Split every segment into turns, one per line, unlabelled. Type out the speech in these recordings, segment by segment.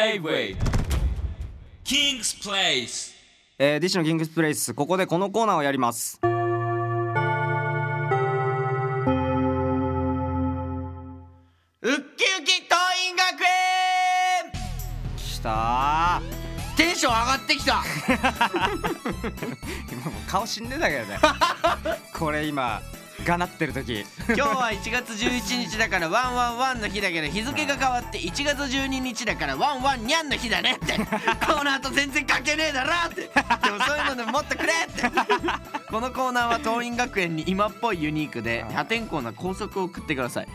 J-Way King's Place
えー、ディッシュのキングスプレイスここでこのコーナーをやります
ウッキウキ桐蔭学園
きたー
テンション上がってきた
今もう顔死んでたけどね これ今がなってる時
今日は1月11日だからワンワンワンの日だけど日付が変わって1月12日だからワンワンニャンの日だねってこの後全然書けねえだろってでもそういうのでももっとくれってこのコーナーは桐蔭学園に今っぽいユニークで破天荒な校則を送ってください、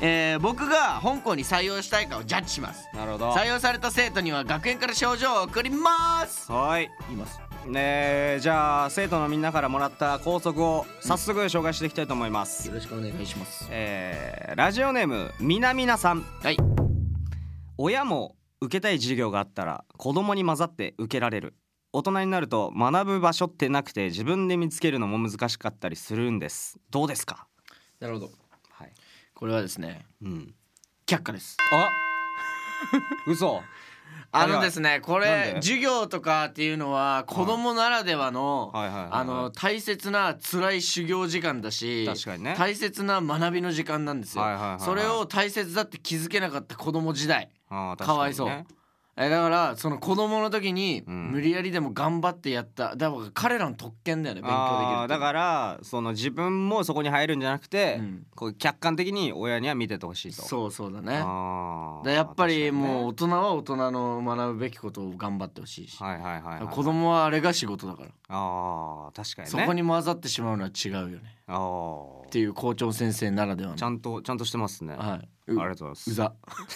えー僕が本校に採用したいかをジャッジします
なるほど
採用された生徒には学園から賞状を送ります
はい
言います
ねえじゃあ生徒のみんなからもらった校則を早速紹介していきたいと思います、
よろしくお願いします
えー、ラジオネームみなみなさん
はい
親も受けたい授業があったら子供に混ざって受けられる大人になると学ぶ場所ってなくて自分で見つけるのも難しかったりするんですどうですか
なるほど
はい
これはですね
うん
却下です
あ 嘘
あのですねこ
なん
れ
で
授業とかっていうのは子供ならではの
はいはいはいはい
あの大切な辛い修行時間だし
確かにね
大切な学びの時間なんですよ
はいはいはいはい
それを大切だって気づけなかった子供時代
あー確にね
かわいそうえだからその子供の時に
うん
無理やりでも頑張ってやっただから彼らの特権だよね勉強できるっ
あ
て
ーだからその自分もそこに入るんじゃなくて、
うん
こう客観的に親には見ててほしいと
そうそうだね
あー
だやっぱりもう大
確
人は大人の学ぶべきことを頑張ってほしいし
かにねはいはいはい、はい、
子供はあれが仕事だから
あー確かにね
そこに混ざってしまうのは違うよね
あ
っ
ー
ていう校長先生ならではの
ちゃんとちゃんとしてますね、
はい
あり
う
がとうござい
う
ます
ざ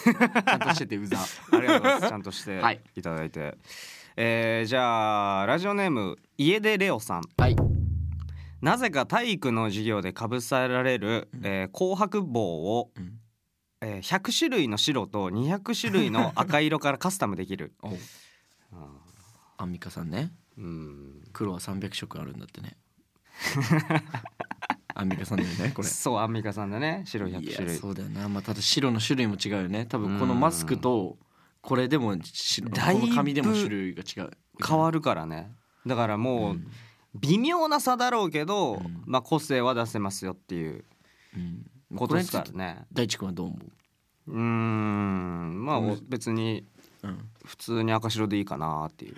ちゃんとしててうざ
ありがとうございますちゃんとして
はい
いただいて、えーじゃあラジオネーム家出レオさん
はい
なぜか体育の授業でかぶさられる、えー紅白棒を、
うん
えー100種類の白と200種類 の赤色からカスタムできる
アンミカさんね
うん
黒は300色あるんだ ってねアンミカさんだよねこれ
そうアンミカさんだね白100種
いや
類
そうだよなまあただ白の種類も違うよね多分このマスクとこれでも白こ
だいぶ
の紙でも種類が違う
変わるからねだからもう、
うん
微妙な差だろうけど、
うん
まあ個性は出せますよっていう
うん
こ
ことれ
で
に
す
つい
か
て
らね
大地君はどう思
うーんまあ
うん
お別に
う、うん、
普通に赤白でいいかなって いう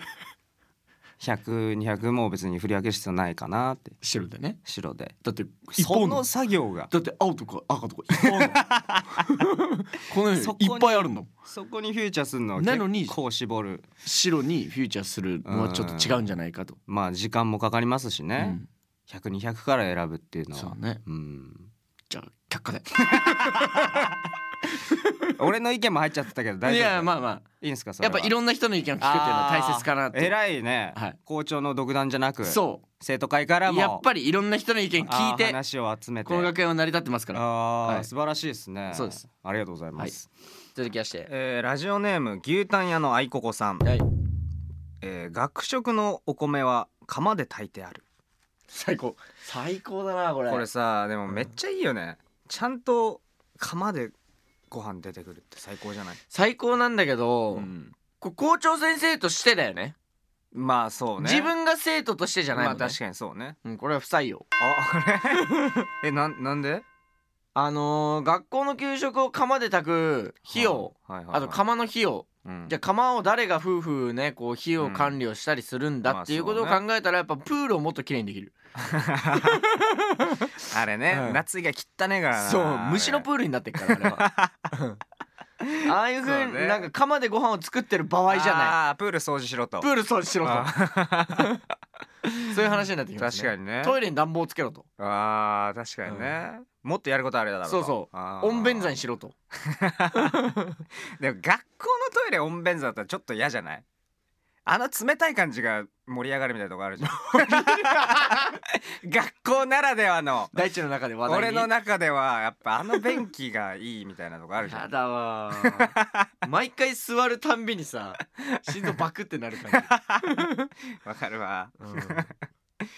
100200も別に振り分ける必要ないかなって
白だよね
白で
だって一方
その作業が
だって青とか赤とかいっぱいあるこの
そこ
ように
に
いっぱいあるんだもん
そこにフューチャーするのは
なのに
結構絞る
白にフューチャーするのはちょっと違うんじゃないかと、
まあ時間もかかりますし
う
ね、
ん
100200から選ぶっていうの
そ
は
うね
うん
じゃあ却下で
俺の意見も入っちゃってたけど大
い
丈夫
やまあま
いいんですかそれ
あやっ
は
ぱいろんな人の意見を聞くっていうのは大切かな
あ
と
ー偉いね、
はい
校長の独断じゃなく
そ
生徒会から
う
も
やっぱりいろんな人の意見聞い
あー
て
話を集めて
この学園は成り立ってますから
あー、
はい
素晴らしいですね
そうです
ありがとうございます、
続きまして
えーラジオネーム牛タン屋の愛ここさん、
はい
えー学食のお米は釜で炊いてある
最高最高だなこれ
これさでもめっちゃいいよねちゃんと釜でご飯出てくるって最高じゃない、
最高なんだけど、こう校長先生としてだよね
まあそうね
自分が生徒としてじゃない
ま
も
あ
んね、
確かにそうね
うん、これは不採用
ああれ えなんなんで
あのー学校の給食を釜で炊く費用、
はいはいはい
あと釜の費用
うん
じゃあ釜を誰が夫婦ねこう費用管理をしたりする
う
ん
んま
だ
あ
っていうことを
そう
考えたらやっぱプールをもっときれいにできる、
あれね、
うん
夏以外汚ねえからな
そう虫のプールになってっからあれは うんああいうふう
そう
に
ね
なんか釜でご飯を作ってる場合じゃない
いプール掃除しろと
プール掃除しろ
あ
とそういう話になってきます
確
ね
かにね
トイレに暖房をつけろと
あー確かにね、もっとやることあれだろ
そうそう
う
温便座に
し
しろと
でも学校のトイレ温便座だったらちょっと嫌じゃないあの冷たい感じが盛り上がるみたいなとこあ るじゃん学校ならではの
大地の中で話題に
俺の中ではやっぱあの便器がいいみたいなとこあるじゃ
や
ん
だわ ー毎回座るたんびにさ心臓バクってなる感じ
わかるわ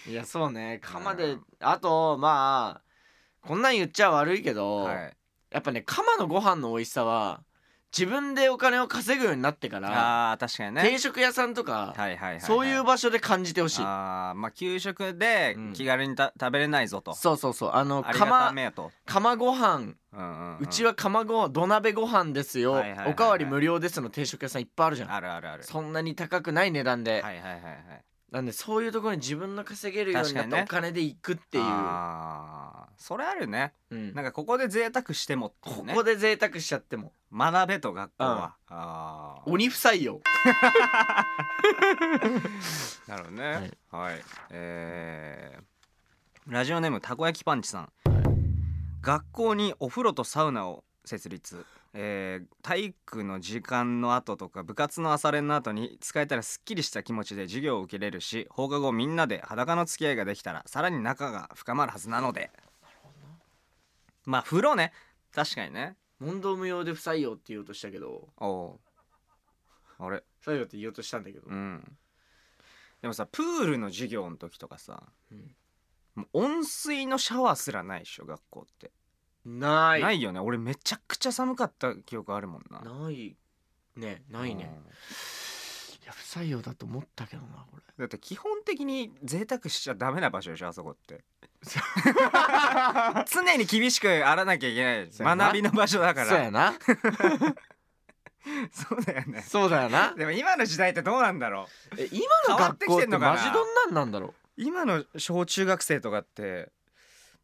いやそうね鎌であとまあこんなん言っちゃ悪いけど、
はい
やっぱね鎌のご飯の美味しさは自分でお金を稼ぐようになってから、
あー確かにね
定食屋さんとか、
はいはいはい、はい、
そういう場所で感じてほしい
あーまあ給食で
うん
気軽にた、食べれないぞと
そうそうそうあの
ありがた
釜
めやと、
釜ご飯
うんうんん
うちは釜ご飯土鍋ご飯ですよ、
はいはいはいはい
おかわり無料ですの定食屋さんいっぱいあるじゃん
あるあるある
そんなに高くない値段
は
で、
いはいはいはい
なんでそういうところに自分の稼げるようになっ
確かに
た
ね
お金で行くっていう、
あーそれあるね
うん
なんかここで贅沢してもっていう
こ
ね
こで贅沢しちゃっても
学べと学校は、ああ
鬼不採用
なるほどねはい、えーラジオネームたこ焼きパンチさん、学校にお風呂とサウナを設立えー体育の時間の後とか部活の朝練の後に使えたらすっきりした気持ちで授業を受けれるし放課後みんなで裸の付き合いができたらさらに仲が深まるはずなのでまあ風呂ね確かにね
問答無用で不採用って言おうとしたけど
おうあれ
不採用って言おうとしたんだけど、
うんでもさプールの授業の時とかさ、
うん
もう温水のシャワーすらないでしょ学校って、
ない
ないよね俺めちゃくちゃ寒かった記憶あるもんな
ないねないね、
うん
いや不採用だと思ったけどなこれ
だって基本的に贅沢しちゃダメな場所でしょあそこって 常に厳しくあらなきゃいけない
そうやな
学びの場所だから
そうや な
そうだよね
そうだよな
でも今の時代ってどうなんだろう
え今の学校ってマジどんなんなんだろう
今の小中学生とかって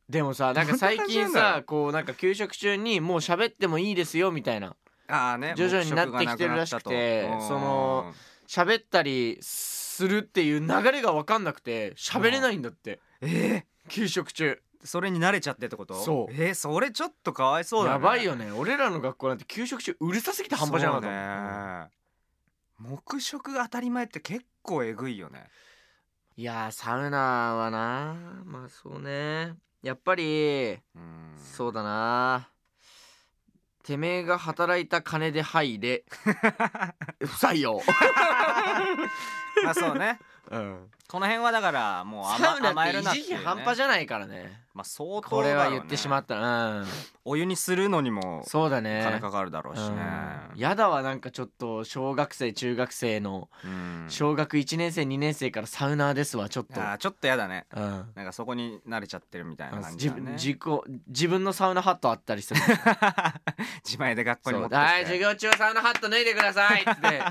でもさなんか最
ど
近
んな感じなんだろ
さこうなんか給食中にもう喋ってもいいですよみたいな
ああね
徐々になってきてるらしくて
黙食がななったと
その
うん
喋ったりするっていう流れが分かんなくて喋れないんだって
え
給食中
ー、それに慣れちゃってってこと
そう
えー、それちょっとかわいそうだ、ね、
やばいよね俺らの学校なんて給食中うるさすぎて半端じゃな
そう
かった
ね黙食当たり前って結構えぐいよね
いやーサウナはなまあそうねやっぱり
うん
そうだなてめえが働いた金で入れ不採用
まあそうね
うん
この辺はだからもう甘
サウナ
甘えるな
っ
っててい
維持
う
費
ね
半端じゃないからね
まあ相当
これは言ってしま
う
ったらうん
お湯にするのにも
そうだ
金
ね
かかるだろうしね
うんやだわなんかちょっと小学生中学生の
うん
小学1年生2年生からサウナーですわちょっと
あーちょっとやだね
うん
なんかそこに慣れちゃってるみたいな感じ
自
だね
分自己自分のサウナハットあったりする
自前で学校に
そ
持
う
って
はい
き
授
て
業中はサウナハット脱いでくださいっ つって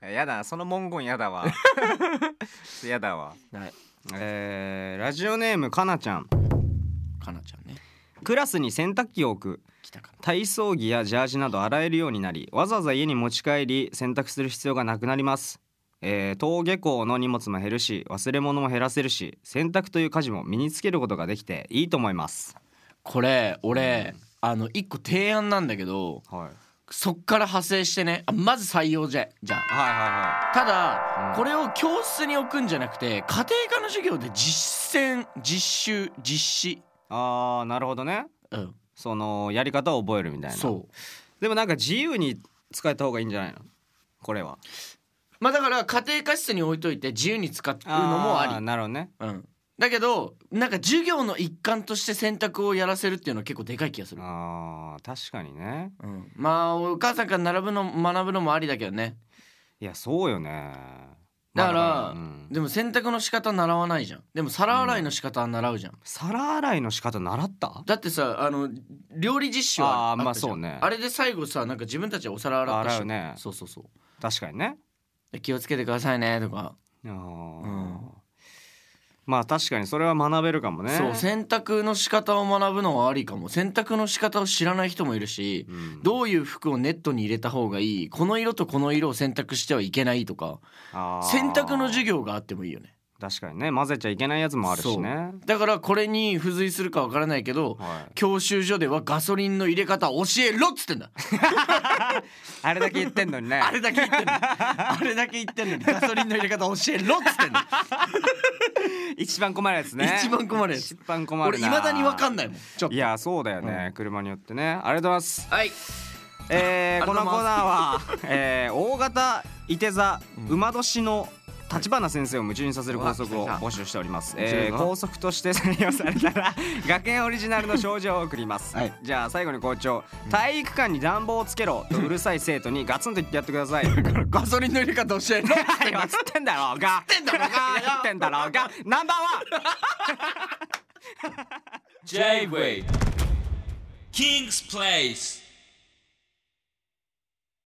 えやだその文言やだわ やだわ
はい
えーラジオネームかなちゃん
かなちゃんね
クラスに洗濯機を置く
来たかな
体操着やジャージなど洗えるようになりわざわざ家に持ち帰り洗濯する必要がなくなります、えー、登下校の荷物も減るし忘れ物も減らせるし洗濯という家事も身につけることができていいと思います
これ俺あの一個提案なんだけど
はい、はい
そっから派生してねあまず採用じゃじゃあ
はい
ただ、
うん
これを教室に置くんじゃなくて家庭科の授業で実践実習実施
あーなるほどね
うん
そのやり方を覚えるみたいな
そう
でもなんか自由に使えた方がいいんじゃないのこれは
まあだから家庭科室に置いといて自由に使うのもあり
ーなるほどね
うん、だけどなんか授業の一環として選択をやらせるっていうのは結構でかい気がする、
あー確かにね
うん、まあお母さんから並ぶの学ぶのもありだけどね
いやそうよね
だから
うん
でも洗濯の仕方習わないじゃんでも皿洗いの仕方は習うじゃん、
皿洗いの仕方習った
だってさあの料理実習は
あー
ったじゃん
まあそうね
あれで最後さなんか自分たちでお皿洗ったし
洗うね
そうそうそう
確かにね
で気をつけてくださいねとか、
あー、
ん
まあ確かにそれは学べるかもね
そう洗濯の仕方を学ぶのはありかも洗濯の仕方を知らない人もいるし、
うん
どういう服をネットに入れた方がいいこの色とこの色を選択してはいけないとか
あー
選択の授業があってもいいよね
確かにね混ぜちゃいけないやつもあるしね
だからこれに付随するかわからないけど、
はい
教習所ではガソリンの入れ方教えろっつってんだ
あれだけ言ってんのにね
あれだけ言ってんのにあれだけ言ってんのにガソリンの入れ方教えろっつってんだ
一番困るやつね
一番困るやつ
一番困
俺
る
い
な
まだにわか
ん
んないもんちょ っと
いやそうだよね、車によってねありがとうございます
はい
えー
あり
こ
がとう
の
ご
コ
ざい
ーナーは、えー大型いて座馬年の立花先生を夢中にさせる校則を
うわ来た来た
募集しております、
面白い
え
ぞ
ー、校則として採用された ら学園オリジナルの賞状を送ります、
はい
じゃあ最後に校長体育館に暖房をつけろとうるさい生徒にガツンと言ってやってください
ガソリンの入れ方教えろ
何をつってんだろうがつって
ん だろうが
ってんだろうがナンバーワン
J-Way King's Place